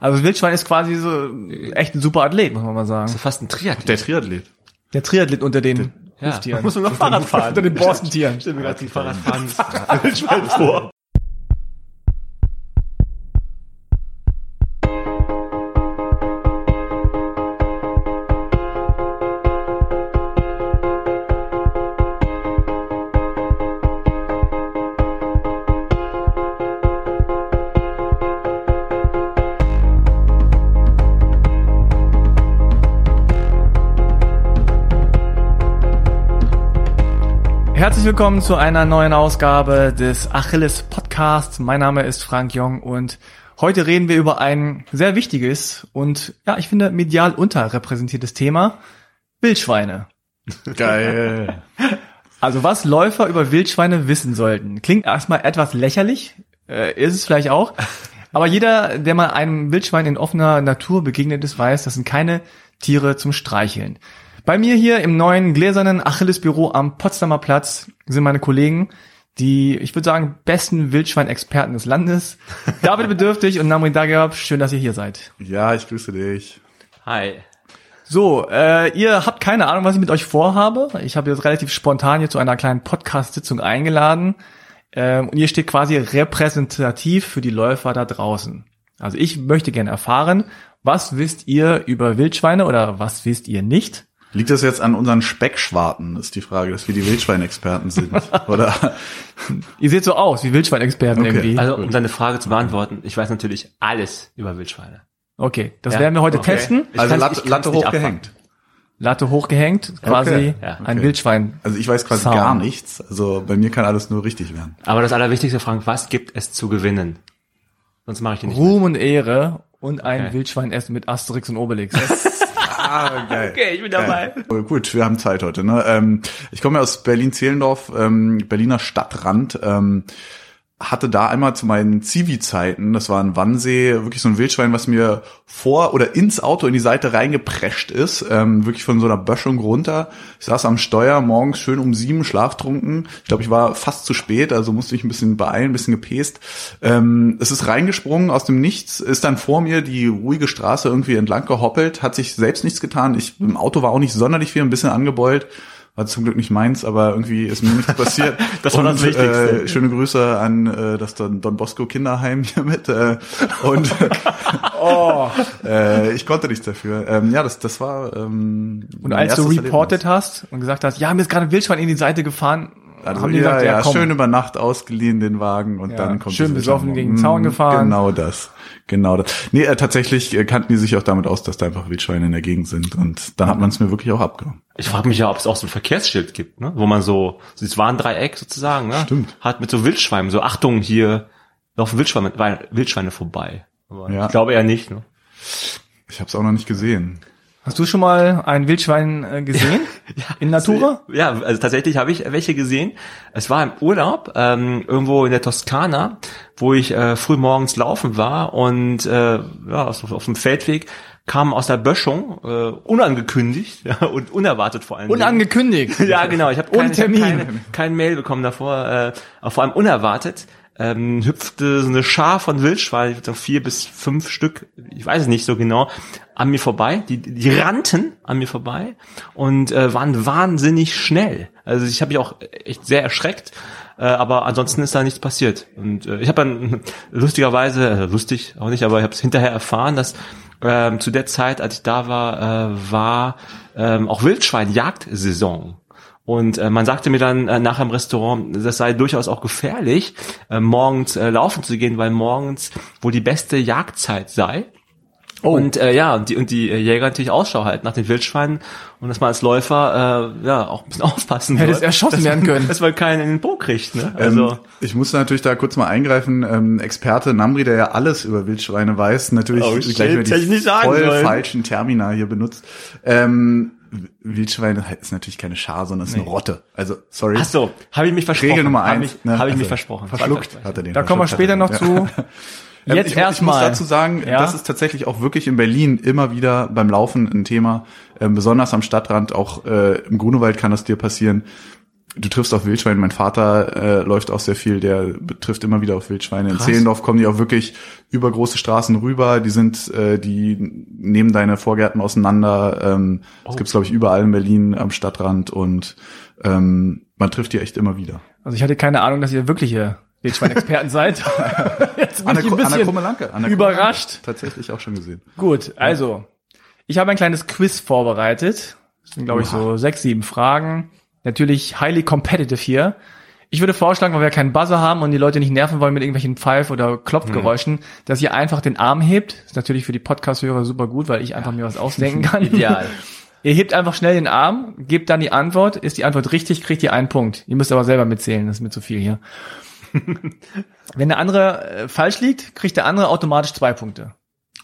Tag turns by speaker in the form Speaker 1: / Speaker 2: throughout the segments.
Speaker 1: Also Wildschwein ist quasi so echt ein super Athlet, muss man mal sagen.
Speaker 2: ist fast ein Triathlet.
Speaker 3: Der Triathlet.
Speaker 1: Der Triathlet unter den
Speaker 2: Ja.
Speaker 1: Huftieren.
Speaker 3: Muss man noch Fahrrad fahren.
Speaker 1: unter den Borstentieren.
Speaker 3: Stell mir gerade den
Speaker 2: Fahrradfahren.
Speaker 3: Wildschwein vor.
Speaker 1: Herzlich willkommen zu einer neuen Ausgabe des Achilles Podcasts. Mein Name ist Frank Jong und heute reden wir über ein sehr wichtiges und ja, ich finde medial unterrepräsentiertes Thema. Wildschweine.
Speaker 3: Geil.
Speaker 1: Also was Läufer über Wildschweine wissen sollten. Klingt erstmal etwas lächerlich, äh, ist es vielleicht auch. Aber jeder, der mal einem Wildschwein in offener Natur begegnet ist, weiß, das sind keine Tiere zum Streicheln. Bei mir hier im neuen gläsernen Achillesbüro am Potsdamer Platz sind meine Kollegen, die, ich würde sagen, besten Wildschweinexperten des Landes. David Bedürftig und Namri Dagab, schön, dass ihr hier seid.
Speaker 3: Ja, ich grüße dich.
Speaker 2: Hi.
Speaker 1: So, äh, ihr habt keine Ahnung, was ich mit euch vorhabe. Ich habe jetzt relativ spontan hier zu einer kleinen Podcast-Sitzung eingeladen. Ähm, und ihr steht quasi repräsentativ für die Läufer da draußen. Also ich möchte gerne erfahren, was wisst ihr über Wildschweine oder was wisst ihr nicht?
Speaker 3: Liegt das jetzt an unseren Speckschwarten, ist die Frage, dass wir die Wildschweinexperten sind, oder?
Speaker 1: Ihr seht so aus wie Wildschweinexperten
Speaker 3: Okay.
Speaker 1: irgendwie.
Speaker 2: Also, um deine Frage zu beantworten, ich weiß natürlich alles über Wildschweine.
Speaker 1: okay, das
Speaker 2: Ja,
Speaker 1: werden wir heute
Speaker 2: okay.
Speaker 1: testen.
Speaker 2: Ich
Speaker 3: Also
Speaker 2: kann's-
Speaker 3: Latte,
Speaker 2: ich
Speaker 3: Latte
Speaker 2: kann's nicht
Speaker 3: hochgehängt.
Speaker 1: Latte hochgehängt, quasi
Speaker 2: ja,
Speaker 1: ein
Speaker 3: okay.
Speaker 1: Wildschwein.
Speaker 3: Also ich weiß quasi
Speaker 1: Sound.
Speaker 3: gar nichts. Also bei mir kann alles nur richtig werden.
Speaker 2: Aber das Allerwichtigste, Frank, was gibt es zu gewinnen? Sonst mache ich den nicht.
Speaker 1: Ruhm und Ehre und ein
Speaker 2: Okay.
Speaker 1: Wildschweinessen mit Asterix und Obelix.
Speaker 3: Ah, geil.
Speaker 2: Okay, ich bin dabei.
Speaker 3: Geil. Oh, Gut, wir haben Zeit heute. Ne? Ähm, ich komme ja aus Berlin-Zehlendorf, ähm, Berliner Stadtrand. Ähm, hatte da einmal zu meinen Zivi-Zeiten, das war ein Wannsee, wirklich so ein Wildschwein, was mir vor oder ins Auto in die Seite reingeprescht ist, ähm, wirklich von so einer Böschung runter. Ich saß am Steuer morgens schön um sieben schlaftrunken. Ich glaube, ich war fast zu spät, also musste mich ein bisschen beeilen, ein bisschen gepest. Ähm, es ist reingesprungen aus dem Nichts, ist dann vor mir die ruhige Straße irgendwie entlang gehoppelt, hat sich selbst nichts getan. Ich im Auto war auch nicht sonderlich viel, ein bisschen angebeult. War zum Glück nicht meins, aber irgendwie ist mir nichts passiert.
Speaker 2: Das war das Wichtigste.
Speaker 3: Äh, schöne Grüße an äh, das Don, Don Bosco Kinderheim hiermit. Äh, und
Speaker 1: oh.
Speaker 3: äh, ich konnte nichts dafür. Ähm, ja, das, das war. Ähm,
Speaker 1: Und als du reported hast und gesagt hast, ja, mir ist gerade ein Wildschwein in die Seite gefahren,
Speaker 3: also,
Speaker 1: haben
Speaker 3: ja,
Speaker 1: die gesagt, ja,
Speaker 3: ja,
Speaker 1: komm.
Speaker 3: schön über Nacht ausgeliehen den Wagen und
Speaker 1: Ja,
Speaker 3: dann kommt
Speaker 1: schön
Speaker 3: diese
Speaker 1: besoffen
Speaker 3: Wildschwein-
Speaker 1: gegen den Zaun
Speaker 3: Mm,
Speaker 1: gefahren.
Speaker 3: Genau das, genau das. Nee, äh, tatsächlich äh, kannten die sich auch damit aus, dass da einfach Wildschweine in der Gegend sind und dann hat man es mir wirklich auch abgenommen.
Speaker 2: Ich frage mich ja, ob es auch so ein Verkehrsschild gibt, ne? wo man so, so dieses Warndreieck sozusagen, ne?
Speaker 3: Stimmt.
Speaker 2: hat mit so Wildschweinen, so Achtung hier, laufen Wildschweine, Wei- Wildschweine vorbei. Aber
Speaker 3: Ja.
Speaker 2: Ich glaube eher nicht. Ne?
Speaker 3: Ich habe es auch noch nicht gesehen.
Speaker 1: Hast du schon mal ein Wildschwein äh, gesehen? in Natura?
Speaker 3: äh,
Speaker 2: Ja, also tatsächlich habe ich welche gesehen. Es war im Urlaub, ähm, irgendwo in der Toskana, wo ich äh, früh morgens laufen war und äh, ja, auf, auf dem Feldweg kam aus der Böschung, äh, unangekündigt ja, und unerwartet vor allem.
Speaker 1: Unangekündigt.
Speaker 2: Ja, genau. Ich habe
Speaker 1: Ohne
Speaker 2: kein, ich hab
Speaker 1: Termin.
Speaker 2: keine, kein Mail bekommen davor, äh, aber vor allem unerwartet. Ähm, hüpfte so eine Schar von Wildschweinen, ich würd sagen vier bis fünf Stück, ich weiß es nicht so genau, an mir vorbei. Die, die rannten an mir vorbei und äh, waren wahnsinnig schnell. Also ich habe mich auch echt sehr erschreckt, äh, aber ansonsten ist da nichts passiert. Und äh, ich habe dann lustigerweise, äh, lustig auch nicht, aber ich habe es hinterher erfahren, dass ähm, zu der Zeit, als ich da war, äh, war ähm, auch Wildschweinjagdsaison. Und äh, man sagte mir dann äh, nachher im Restaurant, das sei durchaus auch gefährlich, äh, morgens äh, laufen zu gehen, weil morgens wohl die beste Jagdzeit sei.
Speaker 3: Oh.
Speaker 2: Und äh, ja, und die, und die äh, Jäger natürlich Ausschau halten nach den Wildschweinen und dass man als Läufer äh, ja auch ein bisschen aufpassen
Speaker 1: Hättest
Speaker 2: soll,
Speaker 1: erschossen
Speaker 2: dass,
Speaker 1: werden können.
Speaker 2: Dass man keinen in den Po kriegt, ne?
Speaker 3: Ähm,
Speaker 2: Also
Speaker 3: ich muss natürlich da kurz mal eingreifen. Ähm, Experte Namri, der ja alles über Wildschweine weiß, natürlich
Speaker 2: Oh, shit,
Speaker 3: gleich wieder
Speaker 2: hätte ich
Speaker 3: die
Speaker 2: nicht sagen
Speaker 3: voll
Speaker 2: sollen.
Speaker 3: falschen Termina hier benutzt. Ähm, Wildschwein ist natürlich keine Schar, sondern ist eine Rotte. Also, sorry.
Speaker 2: ach so, habe ich mich versprochen.
Speaker 3: Regel Nummer
Speaker 2: Habe
Speaker 3: eins.
Speaker 2: ich, hab ich
Speaker 3: Also,
Speaker 2: mich versprochen.
Speaker 3: Verschluckt hat er den.
Speaker 1: Da kommen wir
Speaker 3: verschluckt
Speaker 1: später
Speaker 3: hat
Speaker 1: noch
Speaker 3: er den.
Speaker 1: zu.
Speaker 3: Ähm,
Speaker 1: Jetzt
Speaker 3: ich, Ich
Speaker 1: erstmal.
Speaker 3: muss dazu sagen,
Speaker 1: Ja?
Speaker 3: das ist tatsächlich auch wirklich in Berlin immer wieder beim Laufen ein Thema. Ähm, besonders am Stadtrand, auch äh, im Grunewald kann das dir passieren. du triffst auf Wildschwein. Mein Vater äh, läuft auch sehr viel, der trifft immer wieder auf Wildschweine.
Speaker 2: Krass.
Speaker 3: In Zehlendorf kommen die auch wirklich über große Straßen rüber. Die sind, äh, die nehmen deine Vorgärten auseinander. Ähm,
Speaker 1: Oh.
Speaker 3: Das gibt's glaube ich überall in Berlin am Stadtrand und ähm, man trifft die echt immer wieder.
Speaker 1: Also ich hatte keine Ahnung, dass ihr wirkliche Wildschweinexperten seid. Jetzt bin ich ein bisschen
Speaker 3: Kummelanke.
Speaker 1: überrascht.
Speaker 3: Tatsächlich auch schon gesehen.
Speaker 1: Gut, also ich habe ein kleines Quiz vorbereitet. Das sind glaube ich so sechs, sieben Fragen. Natürlich highly competitive hier. Ich würde vorschlagen, weil wir keinen Buzzer haben und die Leute nicht nerven wollen mit irgendwelchen Pfeif- oder Klopfgeräuschen, dass ihr einfach den Arm hebt. Ist natürlich für die Podcast-Hörer super gut, weil ich einfach mir was ausdenken kann.
Speaker 2: Ideal.
Speaker 1: Ihr hebt einfach schnell den Arm, gebt dann die Antwort. Ist die Antwort richtig, kriegt ihr einen Punkt. Ihr müsst aber selber mitzählen, das ist mir zu viel hier. Wenn der andere äh, falsch liegt, kriegt der andere automatisch zwei Punkte.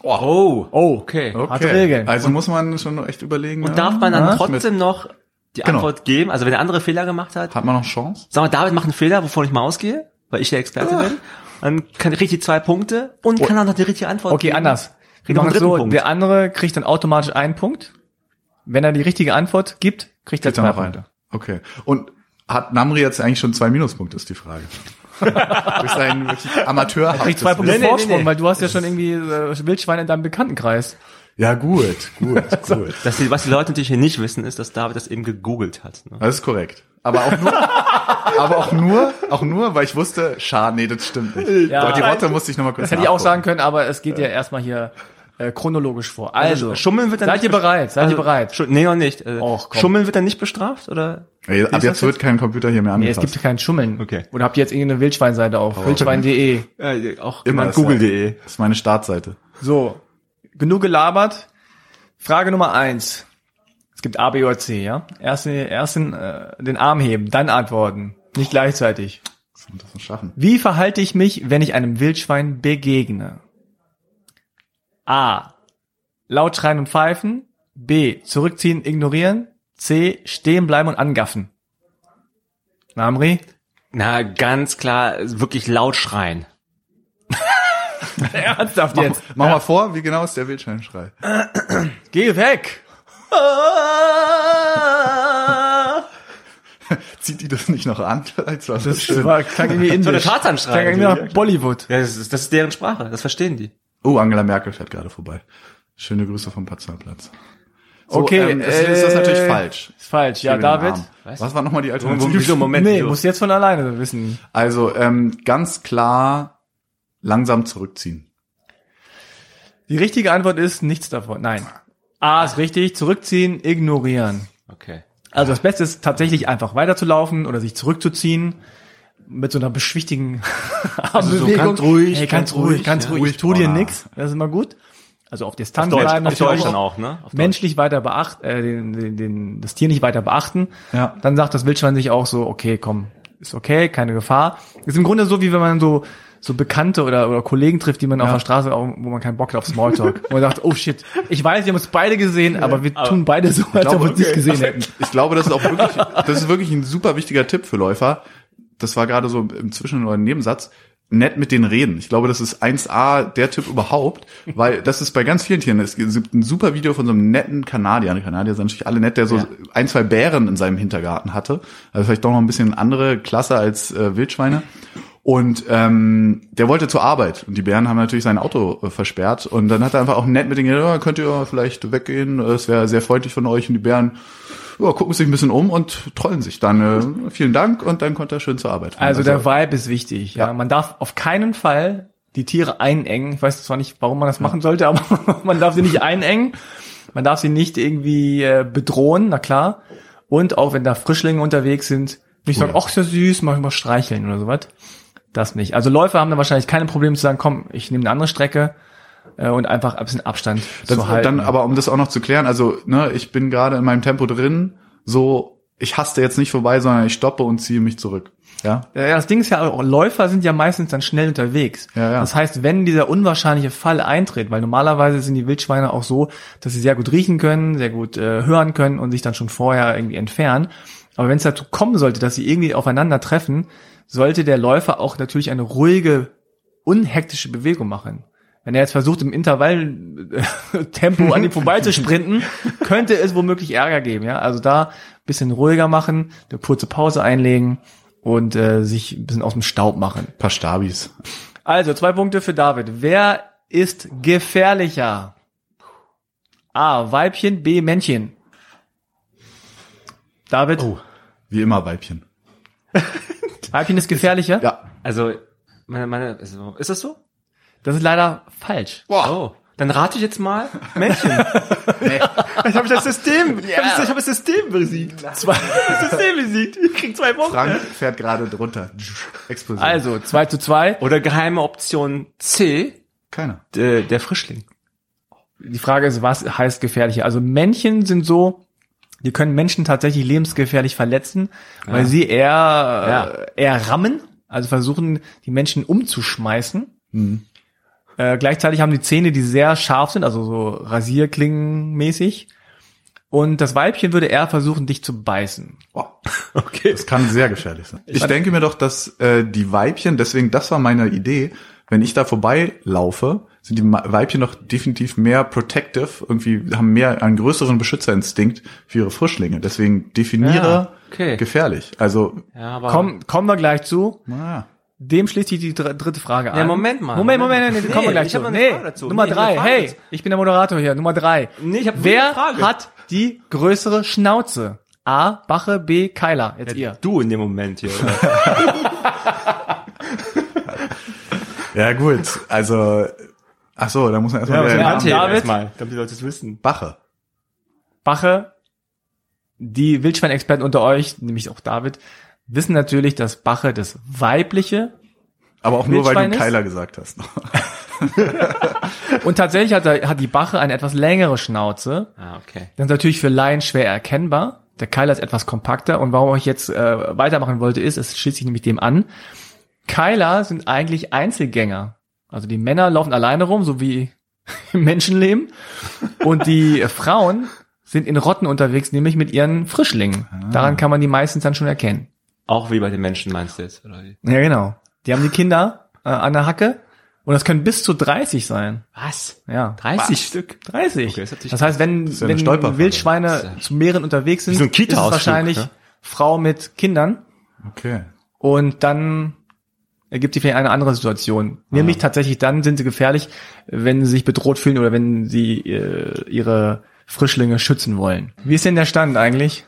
Speaker 2: Oh. Oh, okay.
Speaker 1: Harte Regeln.
Speaker 3: Also muss man schon echt überlegen.
Speaker 2: Und
Speaker 3: ne?
Speaker 2: darf man dann
Speaker 3: Ja.
Speaker 2: trotzdem noch die
Speaker 3: Genau.
Speaker 2: Antwort geben? Also wenn der andere Fehler gemacht hat,
Speaker 3: Hat man noch Chance?
Speaker 2: sag mal, David macht einen Fehler, wovon ich mal ausgehe, weil ich der Experte
Speaker 1: Ah.
Speaker 2: bin. Dann kann, kriegt die zwei Punkte und kann dann noch die richtige Antwort
Speaker 1: Oh. Okay,
Speaker 2: geben.
Speaker 1: anders. Wir
Speaker 2: Kriegt noch
Speaker 1: machen
Speaker 2: einen
Speaker 1: es
Speaker 2: dritten
Speaker 1: so,
Speaker 2: Punkt.
Speaker 1: der andere kriegt dann automatisch einen Punkt. Wenn er die richtige Antwort gibt, kriegt er
Speaker 3: Geht da
Speaker 1: zwei
Speaker 3: noch rein.
Speaker 1: Punkte.
Speaker 3: Okay. Und hat Namri jetzt eigentlich schon zwei Minuspunkte, ist die Frage. Durch seinen wirklich Amateur.
Speaker 1: Kriegt zwei Punkte
Speaker 2: Nee, nee, nee,
Speaker 1: Vorsprung,
Speaker 2: nee.
Speaker 1: weil du hast ja schon irgendwie äh, Wildschwein in deinem Bekanntenkreis.
Speaker 3: Ja, gut, gut, gut.
Speaker 2: Das, die- was die Leute natürlich hier nicht wissen, ist, dass David das eben gegoogelt hat. Ne?
Speaker 3: Das ist korrekt. Aber auch nur, aber auch nur, auch nur, weil ich wusste, schade, nee, das stimmt nicht.
Speaker 1: Ja.
Speaker 3: aber die Rotte musste ich nochmal kurz
Speaker 1: Das hätte ich auch
Speaker 3: nachgucken.
Speaker 1: sagen können, aber es geht ja erstmal hier äh, chronologisch vor. Also,
Speaker 2: Schummeln wird dann
Speaker 1: seid
Speaker 2: nicht
Speaker 1: ihr
Speaker 2: best-
Speaker 1: bereit? Seid ihr bereit?
Speaker 2: Schu- Nee, noch nicht. Äh,
Speaker 1: Och, komm.
Speaker 2: Schummeln wird dann nicht bestraft, oder?
Speaker 3: Ey, Ab
Speaker 2: das
Speaker 3: jetzt wird kein Computer hier mehr
Speaker 1: Nee, es
Speaker 3: angepasst.
Speaker 1: gibt kein Schummeln.
Speaker 2: Okay.
Speaker 1: Oder habt ihr jetzt irgendeine Wildschweinseite auf? Wildschwein.de.
Speaker 2: Äh, auch
Speaker 3: Immer
Speaker 2: Google.de.
Speaker 3: Das ist meine Startseite.
Speaker 1: So, genug gelabert. Frage Nummer eins. Es gibt A, B oder C, ja? Erst, erst den, äh, den Arm heben, dann antworten. Nicht gleichzeitig.
Speaker 3: Was soll man das noch schaffen?
Speaker 1: Wie verhalte ich mich, wenn ich einem Wildschwein begegne? A. Laut schreien und pfeifen. B. Zurückziehen, ignorieren. C. Stehen bleiben und angaffen. Namri?
Speaker 2: Na, ganz klar, wirklich laut schreien.
Speaker 1: Ernsthaft
Speaker 3: Mach, mach mal vor, wie genau ist der Wildschweinschrei?
Speaker 1: Geh weg! Ah.
Speaker 3: Zieht die das nicht noch an? Vielleicht war das,
Speaker 1: Das
Speaker 3: schön.
Speaker 1: war, klang irgendwie
Speaker 2: So eine
Speaker 1: indisch. Klang
Speaker 2: Tarzanschreie.
Speaker 1: irgendwie nach Bollywood.
Speaker 2: Ja, das, ist, das ist deren Sprache, das verstehen die.
Speaker 3: Oh, Angela Merkel fährt gerade vorbei. Schöne Grüße vom Potsdamer-Platz. So,
Speaker 1: Okay,
Speaker 3: ähm, es ist das
Speaker 1: äh,
Speaker 3: natürlich falsch.
Speaker 1: Ist falsch, ja,
Speaker 3: Gegen den
Speaker 1: David.
Speaker 3: Arm. Was war nochmal die Alternative?
Speaker 2: Wieso, Moment.
Speaker 1: Nee,
Speaker 2: wieso?
Speaker 1: musst du jetzt von alleine wissen.
Speaker 3: Also ähm, ganz klar langsam zurückziehen.
Speaker 1: Die richtige Antwort ist nichts davon. Nein. A ist richtig, zurückziehen, ignorieren.
Speaker 2: Okay.
Speaker 1: Also das Beste ist tatsächlich einfach weiterzulaufen oder sich zurückzuziehen mit so einer beschwichtigen
Speaker 2: so
Speaker 1: Armbewegung.
Speaker 2: ganz ruhig,
Speaker 1: hey, ganz,
Speaker 2: ganz
Speaker 1: ruhig,
Speaker 2: ruhig,
Speaker 1: ganz
Speaker 2: ja.
Speaker 1: ruhig.
Speaker 3: Ruhig,
Speaker 1: tu dir
Speaker 3: Bonner.
Speaker 1: nix. Das ist immer gut. Also auf Distanz
Speaker 2: Deutsch,
Speaker 1: bleiben,
Speaker 2: auf
Speaker 1: natürlich.
Speaker 2: Deutsch dann auch, ne? Auf Deutsch.
Speaker 1: menschlich weiter beachten, äh, den, den, den, das Tier nicht weiter beachten,
Speaker 3: Ja.
Speaker 1: dann sagt das Wildschwein sich auch so, okay, komm, ist okay, keine Gefahr. Ist im Grunde so, wie wenn man so, so Bekannte oder, oder Kollegen trifft, die man auf der Straße, auch, wo man keinen Bock hat auf Smalltalk. wo man sagt, oh shit, ich weiß, wir haben uns beide gesehen, aber wir tun beide so, als ob wir uns nicht gesehen hätten.
Speaker 3: Ich glaube, das ist auch wirklich, das ist wirklich ein super wichtiger Tipp für Läufer. Das war gerade so im Zwischen- oder Nebensatz. Nett mit denen reden. Ich glaube, das ist 1A der Tipp überhaupt, weil das ist bei ganz vielen Tieren. Es gibt ein super Video von so einem netten Kanadier. Die Kanadier sind natürlich alle nett, der so
Speaker 2: Ja.
Speaker 3: ein, zwei Bären in seinem Hintergarten hatte. Also vielleicht doch noch ein bisschen andere Klasse als äh, Wildschweine. Und ähm, der wollte zur Arbeit. Und die Bären haben natürlich sein Auto äh, versperrt. Und dann hat er einfach auch nett mit denen geredet, ja, könnt ihr vielleicht weggehen, es wäre sehr freundlich von euch. Und die Bären ja, gucken sich ein bisschen um und trollen sich dann. Äh, vielen Dank und dann konnte er schön zur Arbeit fahren.
Speaker 1: Also der Vibe ist wichtig. Ja. man darf auf keinen Fall die Tiere einengen. Ich weiß zwar nicht, warum man das machen sollte, aber man darf sie nicht einengen. Man darf sie nicht irgendwie äh, bedrohen, na klar. Und auch wenn da Frischlinge unterwegs sind, nicht sagen, ach, ist ja süß, mach ich mal streicheln oder sowas. Das nicht. Also Läufer haben da wahrscheinlich keine Probleme zu sagen, komm, ich nehme eine andere Strecke äh, und einfach ein bisschen Abstand zu
Speaker 3: das,
Speaker 1: halten.
Speaker 3: dann aber um das auch noch zu klären, also ne, ich bin gerade in meinem Tempo drin, so ich haste jetzt nicht vorbei, sondern ich stoppe und ziehe mich zurück. Ja,
Speaker 1: Ja, das Ding ist ja, auch, Läufer sind ja meistens dann schnell unterwegs.
Speaker 3: Ja, ja.
Speaker 1: Das heißt, wenn dieser unwahrscheinliche Fall eintritt, weil normalerweise sind die Wildschweine auch so, dass sie sehr gut riechen können, sehr gut äh, hören können und sich dann schon vorher irgendwie entfernen. Aber wenn es dazu kommen sollte, dass sie irgendwie aufeinander treffen, sollte der Läufer auch natürlich eine ruhige, unhektische Bewegung machen. Wenn er jetzt versucht, im Intervall äh, Tempo an ihm vorbeizusprinten, könnte es womöglich Ärger geben. Ja, also da bisschen ruhiger machen, eine kurze Pause einlegen und äh, sich ein bisschen aus dem Staub machen.
Speaker 3: Ein paar Stabis.
Speaker 1: Also, zwei Punkte für David. Wer ist gefährlicher? A. Weibchen, B. Männchen. David,
Speaker 3: Wie immer Weibchen.
Speaker 1: Weibchen ist gefährlicher?
Speaker 3: Ja.
Speaker 2: Also, meine, meine, also, ist das so?
Speaker 1: Das ist leider falsch.
Speaker 2: Oh. Dann rate ich jetzt mal Männchen. Ich habe das System, ich habe das, ich hab das System besiegt. Zwei, das System besiegt. Ich krieg zwei Punkte.
Speaker 3: Frank fährt gerade drunter. Explosion.
Speaker 1: Also, zwei zu zwei.
Speaker 2: Oder geheime Option C, äh,
Speaker 3: Keiner.
Speaker 2: der, der Frischling.
Speaker 1: Die Frage ist, was heißt gefährlicher? Also Männchen sind so, die können Menschen tatsächlich lebensgefährlich verletzen, weil sie eher, Äh, eher rammen, also versuchen, die Menschen umzuschmeißen.
Speaker 2: Mhm.
Speaker 1: Äh, gleichzeitig haben die Zähne, die sehr scharf sind, also so Rasierklingenmäßig. Und das Weibchen würde eher versuchen, dich zu beißen.
Speaker 3: Wow.
Speaker 2: Okay.
Speaker 3: Das kann sehr gefährlich sein. Ich denke mir doch, dass äh, die Weibchen, deswegen, das war meine Idee, wenn ich da vorbeilaufe, sind die Ma- Weibchen doch definitiv mehr protective, irgendwie haben mehr einen größeren Beschützerinstinkt für ihre Frischlinge. Deswegen definiere
Speaker 1: Ah,
Speaker 2: Ja, okay.
Speaker 3: gefährlich. Also,
Speaker 2: Ja, aber
Speaker 1: Komm, kommen wir gleich zu.
Speaker 3: naja.
Speaker 1: Dem schließt sich die dr- dritte Frage an.
Speaker 2: Ja, Moment mal.
Speaker 1: Moment, Moment,
Speaker 2: Moment.
Speaker 1: Moment, kommen wir
Speaker 2: Nee,
Speaker 1: gleich
Speaker 2: ich
Speaker 1: zu.
Speaker 2: hab noch eine Frage dazu.
Speaker 1: Nummer
Speaker 2: Nee, ich hab
Speaker 1: drei.
Speaker 2: eine Frage
Speaker 1: Hey,
Speaker 2: dazu.
Speaker 1: ich bin der Moderator hier. Nummer drei.
Speaker 2: Nee, ich hab eine
Speaker 1: Wer
Speaker 2: Frage.
Speaker 1: hat die größere Schnauze? A. Bache, B. Keiler. Jetzt ihr.
Speaker 2: du in dem Moment hier. oder?
Speaker 3: Ja, gut. Also, ach so, da muss man erstmal
Speaker 1: was
Speaker 3: wieder
Speaker 1: Ja,
Speaker 2: Hand heben
Speaker 1: David.
Speaker 2: Äh, erstmal, damit die Leute es wissen.
Speaker 3: Bache.
Speaker 1: Bache, die Wildschweinexperten unter euch, nämlich auch David, wissen natürlich, dass Bache das weibliche
Speaker 3: Aber auch nur, weil
Speaker 1: Wildschwein
Speaker 3: du
Speaker 1: ist-
Speaker 3: Keiler gesagt hast.
Speaker 1: und tatsächlich hat, er, hat die Bache eine etwas längere Schnauze.
Speaker 2: Ah, okay.
Speaker 1: Das ist natürlich für Laien schwer erkennbar. Der Keiler ist etwas kompakter und warum ich jetzt äh, weitermachen wollte ist, es schließt sich nämlich dem an. Keiler sind eigentlich Einzelgänger. Also die Männer laufen alleine rum, so wie im Menschenleben. Und die Frauen sind in Rotten unterwegs, nämlich mit ihren Frischlingen. Daran kann man die meistens dann schon erkennen.
Speaker 2: Auch wie bei den Menschen meinst du jetzt, oder wie?
Speaker 1: Ja, genau. Die haben die Kinder äh, an der Hacke und das können bis zu 30 sein.
Speaker 2: Was?
Speaker 1: Ja.
Speaker 2: 30 Stück?
Speaker 1: 30.
Speaker 2: Okay, das hat sich-
Speaker 1: das heißt, wenn,
Speaker 3: ja eine
Speaker 1: wenn
Speaker 3: Stolperfalle.
Speaker 1: Wildschweine zu mehreren unterwegs sind,
Speaker 2: Wie so ein
Speaker 1: ist es
Speaker 2: Kita-Ausflug,
Speaker 1: wahrscheinlich
Speaker 2: ne?
Speaker 1: Frau mit Kindern
Speaker 3: Okay.
Speaker 1: und dann ergibt sich vielleicht eine andere Situation. Nämlich
Speaker 2: Ah.
Speaker 1: tatsächlich dann sind sie gefährlich, wenn sie sich bedroht fühlen oder wenn sie äh, ihre Frischlinge schützen wollen. Wie ist denn der Stand eigentlich?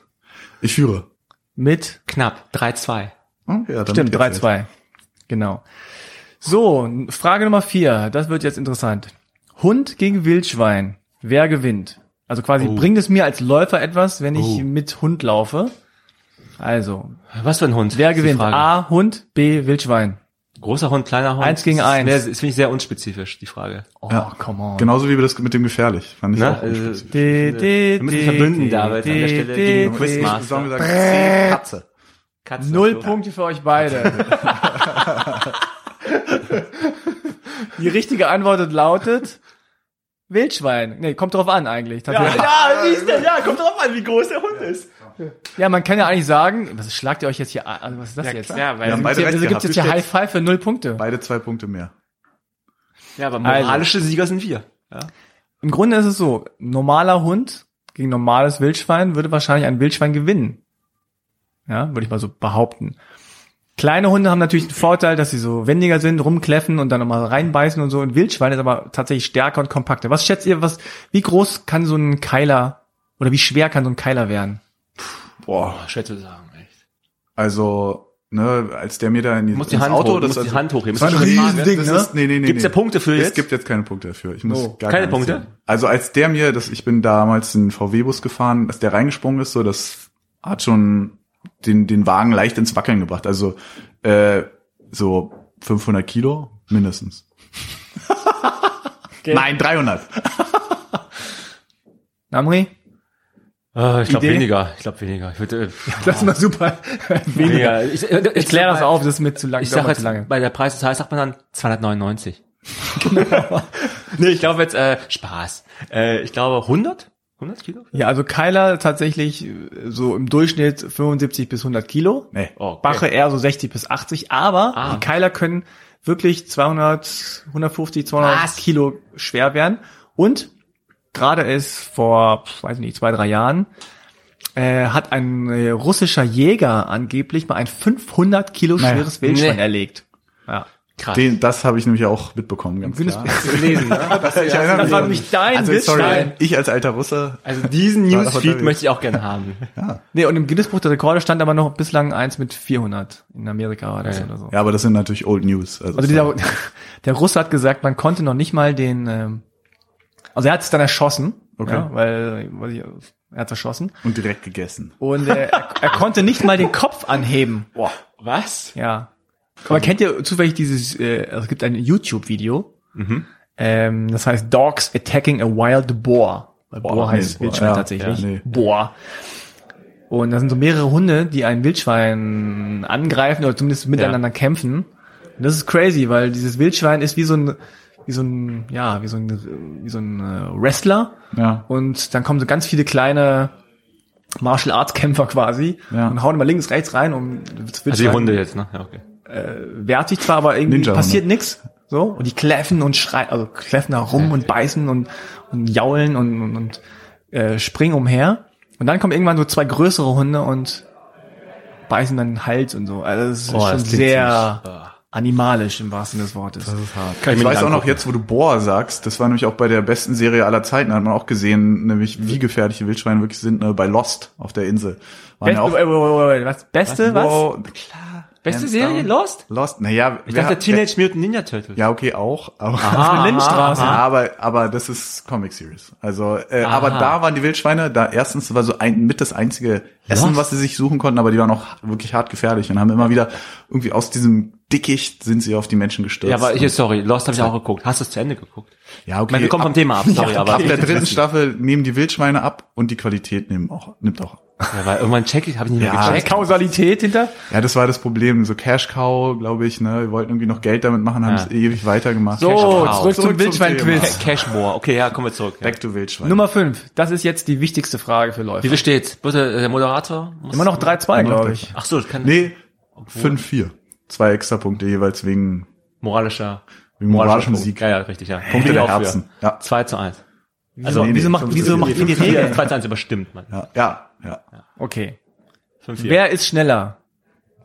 Speaker 3: Ich führe.
Speaker 1: Mit
Speaker 2: Knapp. 3-2.
Speaker 3: Hm? Ja, damit
Speaker 1: Stimmt,
Speaker 3: geht's
Speaker 1: 3-2. Genau. So, Frage Nummer 4. Das wird jetzt interessant. Hund gegen Wildschwein. Wer gewinnt? Also quasi,
Speaker 2: Oh.
Speaker 1: bringt es mir als Läufer etwas, wenn ich mit Hund laufe? Also,
Speaker 2: Was für ein Hund?
Speaker 1: wer
Speaker 2: Ist die
Speaker 1: gewinnt?
Speaker 2: Frage.
Speaker 1: A, Hund, B, Wildschwein.
Speaker 2: Großer Hund, kleiner Hund.
Speaker 1: Eins gegen
Speaker 2: Das ist
Speaker 1: eins.
Speaker 2: mehr- Das finde ich sehr unspezifisch, die Frage.
Speaker 1: Oh,
Speaker 3: Ja.
Speaker 1: come on.
Speaker 2: Genau.
Speaker 3: jetzt. Genauso wie wir das mit dem gefährlich. Fand ich
Speaker 2: Ne?
Speaker 3: auch
Speaker 2: Also,
Speaker 3: unspezifisch.
Speaker 1: D, D,
Speaker 2: Wir müssen verbünden, David, an der Stelle gegen den
Speaker 3: Ich-
Speaker 2: Quizmaster.
Speaker 3: sagen wir, sagen, C, Katze.
Speaker 2: Katzen
Speaker 1: Null
Speaker 2: und so.
Speaker 1: Punkte für euch beide. Die richtige Antwort lautet Wildschwein. Nee, kommt drauf an eigentlich.
Speaker 2: Ja,
Speaker 1: Tatsächlich.
Speaker 2: ja, wie ist der? ja, kommt drauf an, wie groß der Hund ist.
Speaker 1: Ja, man kann ja eigentlich sagen, was schlagt ihr euch jetzt hier an? Also was ist das jetzt?
Speaker 2: Ja, weil,
Speaker 3: Wir haben
Speaker 1: Gibt's
Speaker 3: beide
Speaker 1: hier,
Speaker 3: recht
Speaker 1: also gibt's jetzt
Speaker 3: gehabt.
Speaker 1: hier High Five für null Punkte.
Speaker 3: Beide zwei Punkte mehr.
Speaker 2: ja, aber moralische Sieger sind wir. Ja.
Speaker 1: Im Grunde ist es so, normaler Hund gegen normales Wildschwein würde wahrscheinlich ein Wildschwein gewinnen. Ja, würde ich mal so behaupten. Kleine Hunde haben natürlich den Vorteil, dass sie so wendiger sind, rumkläffen und dann nochmal reinbeißen und so. Ein Wildschwein ist aber tatsächlich stärker und kompakter. Was schätzt ihr, was, wie groß kann so ein Keiler oder wie schwer kann so ein Keiler werden?
Speaker 3: Boah.
Speaker 2: schwer zu sagen, echt.
Speaker 3: also, ne, als der mir da in die,
Speaker 2: Muss die
Speaker 3: ins
Speaker 2: Hand
Speaker 3: Auto,
Speaker 2: hoch,
Speaker 3: das
Speaker 2: muss
Speaker 3: ist
Speaker 2: die
Speaker 3: also,
Speaker 2: Hand hochheben.
Speaker 3: Das war ein
Speaker 2: Muss die Hand
Speaker 3: Riesending,
Speaker 2: hochheben.
Speaker 3: ne? Das ist, nee, nee, nee.
Speaker 2: Gibt's
Speaker 3: nee.
Speaker 2: da Punkte für
Speaker 3: Es
Speaker 2: jetzt?
Speaker 3: gibt jetzt keine Punkte dafür. Ich muss
Speaker 1: Oh.
Speaker 3: gar
Speaker 2: Keine
Speaker 3: keins
Speaker 2: Punkte?
Speaker 3: sagen. Also als der mir, das, ich bin damals in VW-Bus gefahren, als der reingesprungen ist, so, das hat schon den, den Wagen leicht ins Wackeln gebracht. Also, äh, so 500 Kilo mindestens. Nein, 300.
Speaker 1: Namri?
Speaker 2: Ah, ich glaube
Speaker 1: Idee?
Speaker 2: weniger. Ich glaube weniger. Ich, würde, äh,
Speaker 1: Das ist mal super.
Speaker 2: weniger. ich, äh,
Speaker 1: Ich kläre das auf, das ist mir zu lang.
Speaker 2: Ich sag
Speaker 1: dauert
Speaker 2: jetzt,
Speaker 1: zu lange.
Speaker 2: bei der Preis des Heiß sagt man dann 299. nee, ich glaube jetzt, äh, Spaß. Äh, ich glaube 100? 100 Kilo?
Speaker 1: Ja, also Keiler tatsächlich äh, so im Durchschnitt 75 bis 100 Kilo.
Speaker 3: Nee.
Speaker 2: Oh,
Speaker 1: Bache eher so 60 bis 80, aber
Speaker 2: Ah.
Speaker 1: die Keiler können wirklich 200, 150, 200
Speaker 2: Was?
Speaker 1: Kilo schwer werden. Und gerade ist vor, pf, weiß nicht, zwei, drei Jahren äh, hat ein äh, russischer Jäger angeblich mal ein 500 Kilo
Speaker 3: Naja.
Speaker 1: schweres Wildschwein
Speaker 2: Nee.
Speaker 1: erlegt. Ja.
Speaker 2: Krass.
Speaker 3: Den, das habe ich nämlich auch mitbekommen, ganz
Speaker 1: Günnes-
Speaker 3: klar.
Speaker 2: Hast du gelesen, ne?
Speaker 3: Ich erinnere
Speaker 1: Das
Speaker 3: mich
Speaker 1: war
Speaker 3: an-
Speaker 1: nämlich dein
Speaker 3: also, sorry,
Speaker 1: Wildschwein.
Speaker 3: ich als alter Russe.
Speaker 2: Also diesen
Speaker 3: War doch
Speaker 2: Newsfeed
Speaker 3: unterwegs.
Speaker 2: möchte ich auch gerne haben.
Speaker 1: Nee, und im Guinness-Buch der Rekorde stand aber noch bislang eins mit 400. In Amerika war das
Speaker 2: Ja.
Speaker 1: oder so.
Speaker 3: Ja, aber das sind natürlich Old News.
Speaker 1: Also dieser, der Russe hat gesagt, man konnte noch nicht mal den, ähm, also er hat es dann erschossen,
Speaker 3: Okay.
Speaker 1: ja, weil, weil ich, er hat es erschossen
Speaker 3: und direkt gegessen.
Speaker 1: und äh, er, er konnte nicht mal den Kopf anheben.
Speaker 2: Boah. Was?
Speaker 1: Ja. Aber kennt ihr zufällig dieses, äh, es gibt ein YouTube-Video,
Speaker 3: Mhm.
Speaker 1: ähm, das heißt Dogs Attacking a Wild Boar. Weil Boar,
Speaker 3: nee,
Speaker 1: heißt
Speaker 3: Boar,
Speaker 1: Wildschwein
Speaker 3: ja,
Speaker 1: tatsächlich.
Speaker 3: ja, nee.
Speaker 1: Boar. Und da sind so mehrere Hunde, die ein Wildschwein angreifen oder zumindest miteinander kämpfen. Und das ist crazy, weil dieses Wildschwein ist wie so ein, wie so ein, ja, wie so ein, wie so ein äh, Wrestler.
Speaker 3: Ja.
Speaker 1: Und dann kommen so ganz viele kleine Martial Arts Kämpfer quasi
Speaker 3: Ja.
Speaker 1: und hauen immer links, rechts rein, um das
Speaker 2: Also die
Speaker 1: Wildschwein-
Speaker 2: Hunde jetzt, ne? Ja, okay.
Speaker 1: wertig zwar, aber irgendwie
Speaker 3: Ninja-Hunde.
Speaker 1: passiert nix. So, und die kläffen und schreien, also kläffen da rum und beißen und, und jaulen und, und, und äh, springen umher. Und dann kommen irgendwann so zwei größere Hunde und beißen dann den Hals und so. Also das ist
Speaker 2: Oh, das
Speaker 1: schon
Speaker 2: klingt
Speaker 1: sehr
Speaker 2: ziemlich-
Speaker 1: animalisch im wahrsten Sinne des Wortes.
Speaker 2: Kann
Speaker 3: Ich
Speaker 2: mir nicht
Speaker 3: weiß auch noch
Speaker 2: angucken.
Speaker 3: jetzt, wo du Bohr sagst, das war nämlich auch bei der besten Serie aller Zeiten, da hat man auch gesehen, nämlich wie gefährlich die Wildschweine wirklich sind, ne, bei Lost auf der Insel. Waren
Speaker 1: Best,
Speaker 3: ja
Speaker 1: oh, oh, oh, oh, oh, was, Beste, was?
Speaker 3: Wow, klar.
Speaker 2: Beste
Speaker 3: Hands
Speaker 2: Serie?
Speaker 3: down.
Speaker 2: Lost?
Speaker 3: Lost, naja.
Speaker 2: Ich dachte Teenage Mutant Ninja Turtles.
Speaker 3: Ja, okay, auch. Aber
Speaker 2: Ah,
Speaker 1: Eine Lindenstraße.
Speaker 3: Ja, aber, aber das ist Comic Series. Also, äh, aber da waren die Wildschweine, da erstens war so ein, mit das einzige Essen,
Speaker 2: Lost.
Speaker 3: was sie sich suchen konnten, aber die waren auch wirklich hart gefährlich und haben immer wieder irgendwie aus diesem Dickicht sind sie auf die Menschen gestürzt.
Speaker 2: Ja, aber ich, sorry, Lost habe ich auch geguckt. Hast du es zu Ende geguckt?
Speaker 3: ja, okay.
Speaker 2: Ich meine, wir kommen
Speaker 3: ab,
Speaker 2: vom Thema ab, sorry, aber.
Speaker 3: ab der dritten Staffel nehmen die Wildschweine ab und die Qualität nehmen auch, nimmt auch.
Speaker 2: Ja, weil irgendwann check ich, habe ich nicht mehr
Speaker 3: Ja.
Speaker 1: Eine
Speaker 2: gecheckt.
Speaker 1: Kausalität hinter?
Speaker 3: Ja, das war das Problem. So Cash Cow, glaube ich, ne. Wir wollten irgendwie noch Geld damit machen, haben
Speaker 2: Ja.
Speaker 3: es ewig weitergemacht.
Speaker 1: So,
Speaker 2: Cash
Speaker 1: zurück,
Speaker 2: Cow.
Speaker 3: Zurück
Speaker 1: zum
Speaker 3: zum
Speaker 1: Wildschwein-Quiz.
Speaker 3: Thema.
Speaker 2: Cashmore. Okay, ja, kommen wir zurück. Ja.
Speaker 3: Back to Wildschwein.
Speaker 1: Nummer 5. Das ist jetzt die wichtigste Frage für
Speaker 2: Wie
Speaker 1: Läufer.
Speaker 2: viel steht's? Bitte, äh, der Moderator? Muss
Speaker 1: Immer noch 3-2, glaube ich.
Speaker 2: Ach so, das kann
Speaker 3: Nee, 5-4. Zwei extra Punkte jeweils wegen
Speaker 2: moralischer,
Speaker 3: Wegen moralischem
Speaker 2: Punkt.
Speaker 3: Sieg.
Speaker 2: Ja, ja, richtig, ja.
Speaker 3: Punkte
Speaker 2: Bin ich
Speaker 3: der
Speaker 2: auch für.
Speaker 3: Herzen. Ja.
Speaker 2: 2 zu Also, 1.
Speaker 1: Wieso,
Speaker 2: nee, nee,
Speaker 1: wieso macht,
Speaker 3: fünf-
Speaker 1: wieso
Speaker 3: nee,
Speaker 1: macht ihr die
Speaker 2: 5 zu
Speaker 1: Regeln?
Speaker 2: 2 zu 1 überstimmt, man.
Speaker 3: Ja, ja, ja.
Speaker 1: Okay.
Speaker 2: 5
Speaker 1: Wer ist schneller?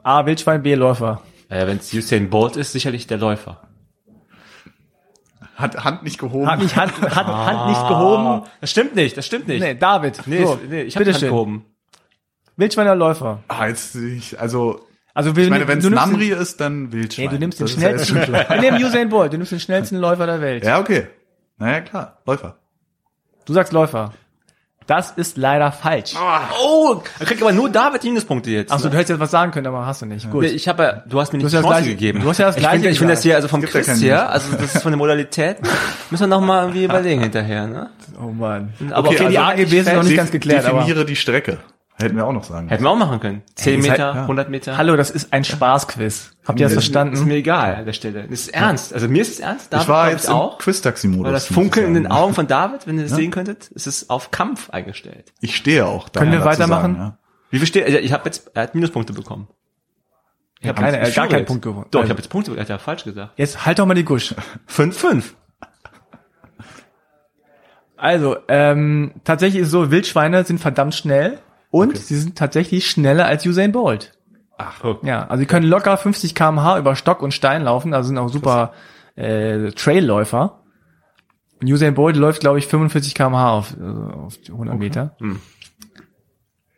Speaker 1: A. Wildschwein, B. Läufer.
Speaker 2: Äh, Wenn es Usain Bolt ist, sicherlich der Läufer.
Speaker 3: Hat Hand nicht gehoben.
Speaker 1: Hat mich Hand, Hand, Hand nicht gehoben.
Speaker 2: Ah. Das stimmt nicht, das stimmt nicht.
Speaker 1: Nee, David.
Speaker 2: Nee,
Speaker 1: so,
Speaker 2: ich- nee, ich habe
Speaker 1: bitte
Speaker 2: Hand
Speaker 1: schön.
Speaker 2: gehoben.
Speaker 1: Wildschweiner Läufer.
Speaker 3: Ah, jetzt, ich, also,
Speaker 1: Also wir,
Speaker 3: ich meine, wenn es
Speaker 1: nimmst
Speaker 3: Namri
Speaker 1: den,
Speaker 3: ist, dann Wildschwein.
Speaker 1: nee, du nimmst den
Speaker 3: Das ist ja
Speaker 1: schnellsten.
Speaker 3: jetzt schon klar.
Speaker 1: Wir nehmen Usain Bolt. Du nimmst den schnellsten Läufer der Welt.
Speaker 3: Ja, okay. Naja, klar. Läufer.
Speaker 1: Du sagst Läufer. Das ist leider falsch.
Speaker 2: Oh, er kriegt aber nur David Minuspunkte jetzt.
Speaker 1: Achso, du hättest jetzt was sagen können, aber hast du nicht. Gut.
Speaker 2: Nee, ich habe, ja- du hast mir nicht
Speaker 1: hast
Speaker 2: die
Speaker 1: ja das
Speaker 2: Chance
Speaker 1: Gleiche-
Speaker 2: gegeben.
Speaker 1: du hast ja das
Speaker 2: ich
Speaker 1: Gleiche
Speaker 2: finde, ich finde das
Speaker 1: gesagt.
Speaker 2: hier also vom
Speaker 3: Gibt ja
Speaker 2: Chris
Speaker 3: keinen
Speaker 2: her,
Speaker 3: Minus.
Speaker 2: also das ist von der Modalität, müssen wir noch mal irgendwie überlegen hinterher. Ne?
Speaker 1: Oh Mann.
Speaker 2: Aber
Speaker 1: okay,
Speaker 2: okay,
Speaker 1: die
Speaker 2: also
Speaker 1: AGB sind noch nicht
Speaker 3: Def-
Speaker 1: ganz geklärt, aber...
Speaker 3: Definiere die Strecke. Hätten wir auch noch sagen.
Speaker 2: Hätten wir auch machen können. 10
Speaker 1: ist
Speaker 2: Meter,
Speaker 1: halt-
Speaker 3: ja.
Speaker 2: 100 Meter.
Speaker 1: Hallo, das ist ein Spaßquiz. Habt ihr das
Speaker 2: Ist
Speaker 1: verstanden?
Speaker 2: mir egal an der Stelle. Das ist ernst. Also mir ist es ernst. David
Speaker 3: Ich war
Speaker 2: glaub
Speaker 3: jetzt im
Speaker 2: auch.
Speaker 3: Quiz-Taxi-Modus.
Speaker 2: Weil das
Speaker 3: muss ich
Speaker 2: Funkeln in den
Speaker 3: sagen.
Speaker 2: Augen von David, wenn ihr das sehen könntet, ist es auf Kampf eingestellt.
Speaker 3: Ich stehe auch da.
Speaker 1: Können wir
Speaker 3: dazu
Speaker 1: weitermachen?
Speaker 3: Sagen, ja.
Speaker 2: Wie viel steht? also Ich habe jetzt, er hat Minuspunkte bekommen. Ich habe
Speaker 1: keine- er hat gar keinen
Speaker 2: jetzt.
Speaker 1: Punkt gewonnen.
Speaker 2: Doch,
Speaker 1: Also-
Speaker 2: ich habe jetzt Punkte, er hat ja falsch gesagt.
Speaker 1: Jetzt halt doch mal die Gusch.
Speaker 2: 5, 5.
Speaker 1: Also, ähm, tatsächlich ist es so, Wildschweine sind verdammt schnell und sie sind tatsächlich schneller als Usain Bolt.
Speaker 2: Ach, okay.
Speaker 1: Ja, also sie können locker 50 km/h über Stock und Stein laufen, also sind auch super äh, Trailläufer. Und Usain Bolt läuft, glaube ich, 45 km/h auf, also auf die 100 Meter.
Speaker 2: Hm.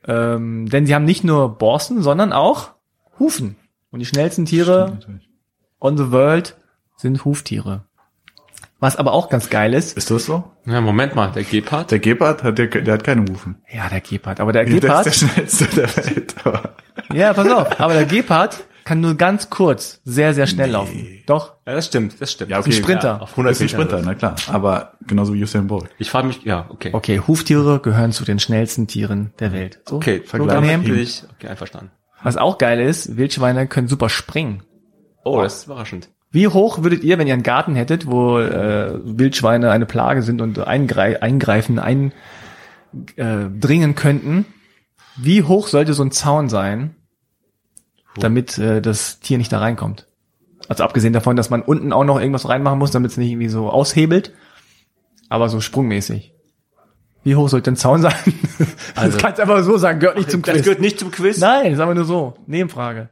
Speaker 1: Ähm, denn sie haben nicht nur Borsten, sondern auch Hufen. Und die schnellsten Tiere
Speaker 3: Natürlich.
Speaker 1: on the world sind Huftiere. Was aber auch ganz geil ist.
Speaker 3: Ist das so?
Speaker 2: Ja, Moment mal, der Gepard.
Speaker 3: Der Gepard hat, der, der hat keine Hufen.
Speaker 1: Ja, der Gepard. Aber der
Speaker 3: Der
Speaker 1: Gepard.
Speaker 3: ist der schnellste der Welt. aber-
Speaker 1: Ja, pass auf. Aber der Gepard kann nur ganz kurz sehr, sehr schnell laufen. Doch.
Speaker 2: Ja, das stimmt, das stimmt.
Speaker 3: Ja,
Speaker 2: Das
Speaker 3: okay,
Speaker 2: ist ein Sprinter.
Speaker 1: ja,
Speaker 2: auf
Speaker 3: Das ist ein
Speaker 2: Meter.
Speaker 3: Sprinter, na klar. Aber genauso wie Usain Bolt.
Speaker 2: Ich frage mich, ja, okay.
Speaker 1: Okay, Huftiere gehören zu den schnellsten Tieren der Welt. So,
Speaker 2: Okay,
Speaker 1: so
Speaker 3: Vergleich.
Speaker 1: daneben.
Speaker 2: bin ich, okay, einverstanden.
Speaker 1: Was auch geil ist, Wildschweine können super springen.
Speaker 2: Oh, das ist überraschend.
Speaker 1: Wie hoch würdet ihr, wenn ihr einen Garten hättet, wo äh, Wildschweine eine Plage sind und eingrei eingreifen, ein, äh, dringen könnten, wie hoch sollte so ein Zaun sein, damit äh, das Tier nicht da reinkommt? Also abgesehen davon, dass man unten auch noch irgendwas reinmachen muss, damit es nicht irgendwie so aushebelt, aber so sprungmäßig. Wie hoch sollte ein Zaun sein?
Speaker 2: Also-
Speaker 1: das kannst du einfach so sagen, gehört nicht zum
Speaker 2: Das
Speaker 1: Quiz.
Speaker 2: gehört nicht zum Quiz.
Speaker 1: Nein, sagen wir nur so. Nebenfrage.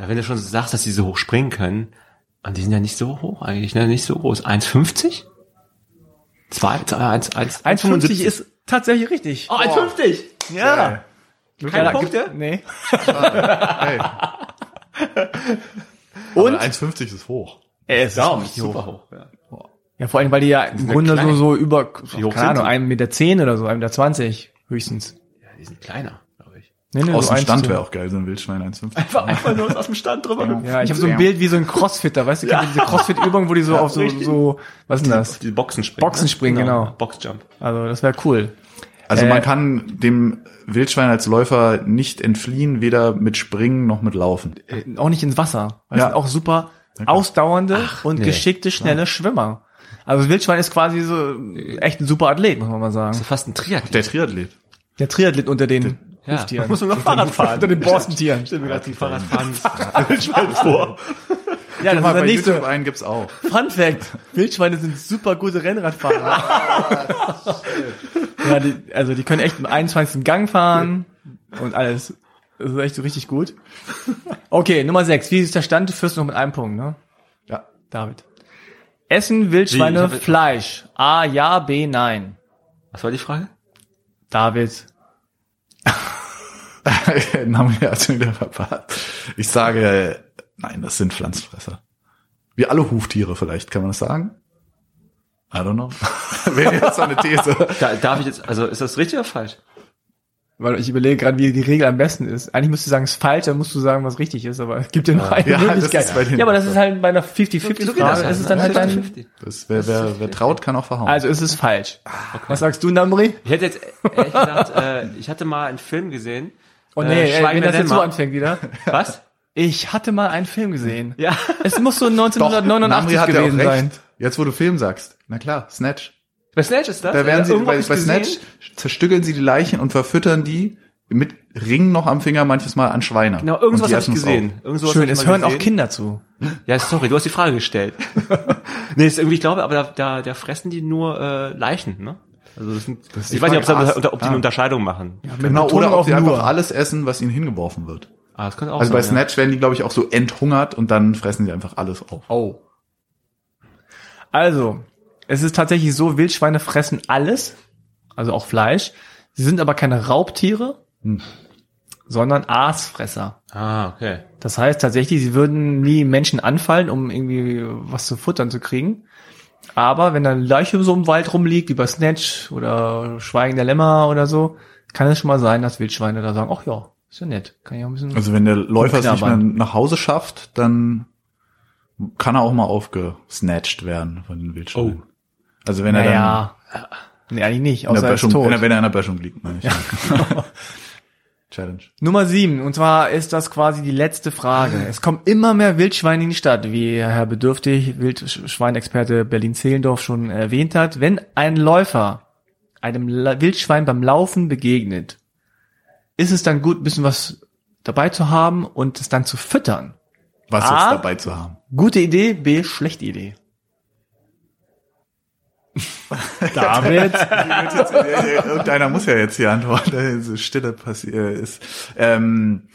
Speaker 2: Ja, wenn du schon sagst, dass die so hoch springen können, und die sind ja nicht so hoch eigentlich, ne? Nicht so groß. 1,50? 2, 1, 1,
Speaker 1: 1,50 ist tatsächlich richtig.
Speaker 2: Oh, 1,50!
Speaker 1: ja.
Speaker 2: Keine
Speaker 1: Ja, da
Speaker 2: Punkte?
Speaker 1: gibt- Nee.
Speaker 3: Hey.
Speaker 1: Und?
Speaker 3: Aber 1,50 ist hoch.
Speaker 1: Er ist auch
Speaker 2: Richtig Super hoch. Ja.
Speaker 1: Ja, vor allem, weil die ja im
Speaker 2: ja
Speaker 1: Grunde so,
Speaker 2: klein.
Speaker 1: so über, keine
Speaker 2: hoch sind
Speaker 1: Ahnung,
Speaker 2: die?
Speaker 1: 1,10 Meter zehn oder so, 1,20 Meter zwanzig höchstens.
Speaker 2: ja, die sind kleiner, glaube ich.
Speaker 1: Nee, nee,
Speaker 3: Aus dem
Speaker 1: 1
Speaker 3: Stand
Speaker 1: zu-
Speaker 3: wäre auch geil, so ein Wildschwein 1,50.
Speaker 2: Einfach einfach nur aus dem Stand drüber ja.
Speaker 1: Ja, ich habe so ein Bild wie so ein Crossfitter, weißt du, kennt ihr diese Crossfit-Übung, wo die so auf so,
Speaker 2: richtig.
Speaker 1: so, was ist denn
Speaker 2: Auf
Speaker 1: das?
Speaker 2: die Boxen springen.
Speaker 1: Boxen springen, genau.
Speaker 2: Boxjump.
Speaker 1: Also, das wäre cool.
Speaker 3: Also
Speaker 1: Äh.
Speaker 3: man kann dem Wildschwein als Läufer nicht entfliehen, weder mit Springen noch mit Laufen.
Speaker 1: Auch nicht ins Wasser. Das
Speaker 3: Ja.
Speaker 1: sind auch super ausdauernde und
Speaker 2: nee.
Speaker 1: geschickte, schnelle Schwimmer. Also, Wildschwein ist quasi so echt ein super Athlet, muss man mal sagen.
Speaker 2: Das ist fast ein Triathlon.
Speaker 3: Der Triathlet.
Speaker 1: Der Triathlet unter den
Speaker 2: Ja.
Speaker 1: Huftieren.
Speaker 2: Muss man noch Fahrrad fahren.
Speaker 1: Unter den Borstentieren.
Speaker 2: Stimmt, mir gerade die Fahrradfahren.
Speaker 1: Ja, das ist der nächste
Speaker 3: YouTube einen gibt's auch.
Speaker 1: Fun Fact. Wildschweine sind super gute Rennradfahrer. ja, die, also die können echt im 21. Gang fahren und alles. Das ist echt so richtig gut. Okay, Nummer 6. Wie ist der Stand? Du führst noch mit einem Punkt, ne?
Speaker 3: Ja.
Speaker 1: David. Essen Wildschweine
Speaker 2: Wie? Ich hab-
Speaker 1: Fleisch. A, ja, B, nein.
Speaker 2: Was war die Frage?
Speaker 1: David.
Speaker 3: Den haben wir ja schon wieder verpasst. Ich sage, nein, das sind Pflanzenfresser. Wie alle Huftiere vielleicht, kann man das sagen? I don't know. Wäre jetzt so eine These.
Speaker 2: Da, darf ich jetzt, also ist das richtig oder falsch?
Speaker 1: Weil ich überlege gerade, wie die Regel am besten ist. Eigentlich müsstest du sagen, es ist falsch, dann musst du sagen, was richtig ist, aber es gibt ja noch eine
Speaker 3: Ja, das
Speaker 1: Möglichkeit.
Speaker 3: ist bei den-
Speaker 1: ja, aber das ist halt bei einer 50-50-Frage, ist
Speaker 3: ne?
Speaker 1: es dann
Speaker 3: Also
Speaker 1: halt ein,
Speaker 3: Das, wer, wer, wer traut, kann auch verhauen.
Speaker 1: Also es ist falsch.
Speaker 3: Ah,
Speaker 1: Was sagst du, Namri?
Speaker 2: Ich hätte jetzt ehrlich gesagt, äh, ich hatte mal einen Film gesehen.
Speaker 3: Äh,
Speaker 2: äh,
Speaker 1: Oh nee, ey,
Speaker 2: Schweigen
Speaker 1: wenn
Speaker 2: der
Speaker 1: das jetzt so
Speaker 2: Lämmer.
Speaker 1: anfängt wieder.
Speaker 2: Was?
Speaker 1: Ich hatte mal einen Film gesehen.
Speaker 2: Ja.
Speaker 1: Es muss so
Speaker 3: Doch,
Speaker 1: 1989
Speaker 3: Namri hat ja auch
Speaker 1: gewesen
Speaker 3: recht.
Speaker 1: sein.
Speaker 3: Jetzt, wo du Film sagst. Na klar, Snatch.
Speaker 2: Bei Snatch ist das?
Speaker 3: Da werden sie,
Speaker 2: Irgendwo
Speaker 3: bei,
Speaker 2: hab ich
Speaker 3: bei
Speaker 2: gesehen.
Speaker 3: Snatch zerstückeln sie die Leichen und verfüttern die mit Ringen noch am Finger manches Mal an Schweine.
Speaker 2: Genau,
Speaker 3: Und
Speaker 2: irgendwas
Speaker 3: die
Speaker 2: habe ich
Speaker 3: essen es
Speaker 2: gesehen. Irgendwas
Speaker 1: Schön,
Speaker 2: hab ich
Speaker 1: es
Speaker 2: mal
Speaker 1: hören auch
Speaker 2: gesehen.
Speaker 1: Kinder zu.
Speaker 2: Ja, sorry, du hast die Frage gestellt. nee, ist irgendwie, ich glaube, aber da, da, da fressen die nur äh, Leichen, ne? Also das sind,
Speaker 3: Das ist die
Speaker 2: ich weiß nicht, ob,
Speaker 3: Frage.
Speaker 2: sie- unter, ob die
Speaker 3: Ah.
Speaker 2: eine Unterscheidung machen.
Speaker 3: Auf. Genau,
Speaker 1: Betonung
Speaker 3: oder ob
Speaker 1: auf
Speaker 3: sie
Speaker 1: nur.
Speaker 3: einfach alles essen, was ihnen hingeworfen wird.
Speaker 2: Ah, das könnte auch
Speaker 3: Also bei
Speaker 2: sein. ja.
Speaker 3: Snatch werden die, glaube ich, auch so enthungert und dann fressen sie einfach alles auf.
Speaker 1: Oh. Also, es ist tatsächlich so, Wildschweine fressen alles, also auch Fleisch. Sie sind aber keine Raubtiere,
Speaker 3: Hm.
Speaker 1: sondern Aasfresser.
Speaker 2: Ah, okay.
Speaker 1: Das heißt tatsächlich, sie würden nie Menschen anfallen, um irgendwie was zu futtern zu kriegen. Aber wenn da eine Leiche so im Wald rumliegt, wie bei Snatch oder Schweigen der Lämmer oder so, kann es schon mal sein, dass Wildschweine da sagen, ach ja, ist ja nett, kann ich auch ein bisschen...
Speaker 3: Also wenn der Läufer es nicht mehr
Speaker 1: Knabbern.
Speaker 3: nach Hause schafft, dann kann er auch mal aufgesnatcht werden von den Wildschweinen.
Speaker 2: Oh.
Speaker 3: Also wenn er dann
Speaker 1: naja, nee, eigentlich nicht,
Speaker 3: in
Speaker 1: außer
Speaker 3: der
Speaker 1: er ist
Speaker 3: Böschung,
Speaker 1: tot.
Speaker 3: wenn er, wenn er in der Böschung liegt, meine ich. Challenge.
Speaker 1: Nummer sieben, und zwar ist das quasi die letzte
Speaker 3: Ah.
Speaker 1: Frage. Es kommen immer mehr Wildschweine in die Stadt, wie Herr Bedürftig, Wildschweinexperte Berlin-Zehlendorf schon erwähnt hat. Wenn ein Läufer einem La- Wildschwein beim Laufen begegnet, ist es dann gut, ein bisschen was dabei zu haben und es dann zu füttern.
Speaker 3: Was
Speaker 1: Ah.
Speaker 3: jetzt dabei zu haben.
Speaker 1: Gute Idee, B, schlechte Idee. David,
Speaker 3: Irgendeiner Äh, muss ja jetzt hier antworten, da diese Stille passiert ist. Ähm,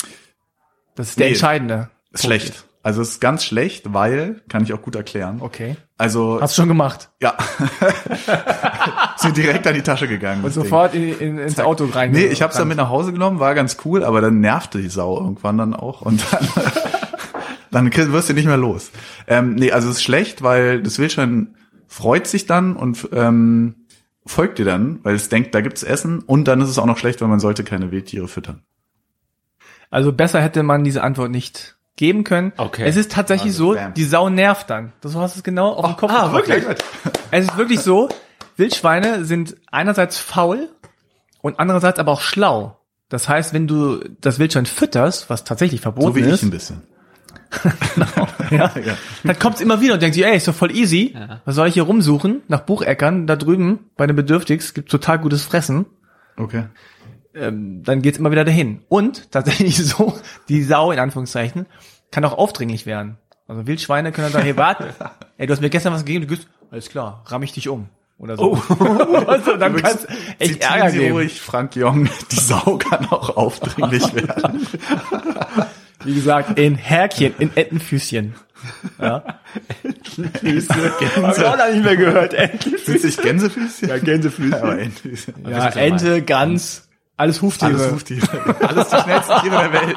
Speaker 1: das ist der
Speaker 3: Nee.
Speaker 1: entscheidende.
Speaker 3: schlecht. Also es ist ganz schlecht, weil, kann ich auch gut erklären.
Speaker 1: Okay.
Speaker 3: Also,
Speaker 1: Hast du schon gemacht.
Speaker 3: ja. ist mir direkt an die Tasche gegangen.
Speaker 1: Und
Speaker 3: das Ding.
Speaker 1: sofort in, in, ins Auto rein.
Speaker 3: Nee, ich hab's dann mit nach Hause genommen, war ganz cool, aber dann nervte die Sau irgendwann dann auch und dann, dann krieg- wirst du nicht mehr los. Ähm, nee, also es ist schlecht, weil das Wildschwein freut sich dann und ähm, folgt dir dann, weil es denkt, da gibt's Essen und dann ist es auch noch schlecht, weil man sollte keine Wildtiere füttern.
Speaker 1: Also besser hätte man diese Antwort nicht geben können.
Speaker 2: Okay.
Speaker 1: Es ist tatsächlich so,
Speaker 3: bam.
Speaker 1: die Sau nervt dann. Das hast du es genau auf den
Speaker 3: Ah,
Speaker 1: Kopf. getroffen.
Speaker 3: gut.
Speaker 1: Es ist wirklich so, Wildschweine sind einerseits faul und andererseits aber auch schlau. Das heißt, wenn du das Wildschwein fütterst, was tatsächlich verboten
Speaker 3: So wie ich
Speaker 1: ist,
Speaker 3: ein bisschen.
Speaker 1: ja, dann kommt's immer wieder und denkt sich, ey, ist doch voll easy.
Speaker 2: Ja.
Speaker 1: Was soll ich hier rumsuchen? Nach Bucheckern, da drüben bei den Bedürftigs gibt's total gutes Fressen.
Speaker 3: Okay.
Speaker 1: ähm, dann geht's immer wieder dahin. Und tatsächlich so, die Sau in Anführungszeichen kann auch aufdringlich werden. Also Wildschweine können dann sagen, hey, warte, ey, du hast mir gestern was gegeben, du gehst, alles klar, ramm ich dich um. oder so. also, dann
Speaker 3: Übrigens,
Speaker 1: kannst echt
Speaker 3: zitieren
Speaker 1: Ärger
Speaker 3: Sie
Speaker 1: geben.
Speaker 3: ruhig, Frank Jong, die Sau kann auch aufdringlich werden.
Speaker 1: Wie gesagt, in Härkchen, in Entenfüßchen. Ja. Hab ich auch noch nicht mehr gehört. Entenfüßchen.
Speaker 3: Sind sich Gänsefüßchen? Ja, Gänsefüßchen. aber Entenfüßchen.
Speaker 1: Ja, Ente, Gans, alles Huftiere.
Speaker 3: Alles Huftiere. Alles die schnellsten Tiere der Welt.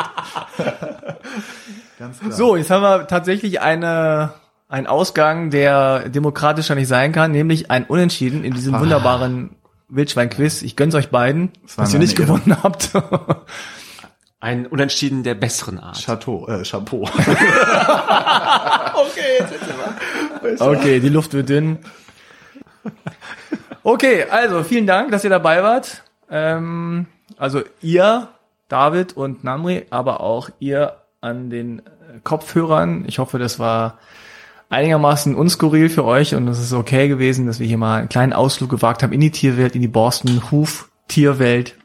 Speaker 3: Ganz klar.
Speaker 1: So, jetzt haben wir tatsächlich eine, einen Ausgang, der demokratischer nicht sein kann, nämlich ein Unentschieden in diesem wunderbaren Wildschwein-Quiz. Ich gönn's euch beiden,
Speaker 3: war
Speaker 1: dass ihr
Speaker 3: eine
Speaker 1: nicht
Speaker 3: Ehre.
Speaker 1: gewonnen habt.
Speaker 2: Ein Unentschieden der besseren Art.
Speaker 3: Chateau, äh, Chapeau.
Speaker 1: okay, die Luft wird dünn. Okay, also vielen Dank, dass ihr dabei wart. Ähm, also ihr, David und Namri, aber auch ihr an den äh, Kopfhörern. Ich hoffe, das war einigermaßen unskurril für euch und es ist okay gewesen, dass wir hier mal einen kleinen Ausflug gewagt haben in die Tierwelt, in die Borsten-Huf-Tierwelt.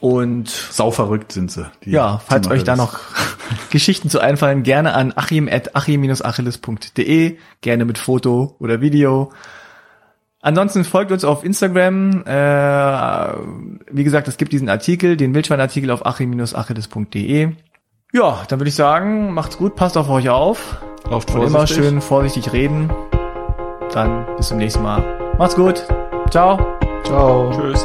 Speaker 1: Und
Speaker 3: Sauverrückt sind sie. die
Speaker 1: ja, falls euch da
Speaker 3: Zimmerwölfe.
Speaker 1: noch Geschichten zu einfallen, gerne an achim.achim-achilles.de, gerne mit Foto oder Video. Ansonsten folgt uns auf Instagram. Äh, wie gesagt, es gibt diesen Artikel, den Wildschwein-Artikel auf achim-achilles.de. Ja, dann würde ich sagen, macht's gut, passt auf euch auf
Speaker 3: Lauft
Speaker 1: und immer
Speaker 3: vorsichtig.
Speaker 1: schön vorsichtig reden. Dann bis zum nächsten Mal. Macht's gut. Ciao.
Speaker 3: Ciao.
Speaker 2: Tschüss.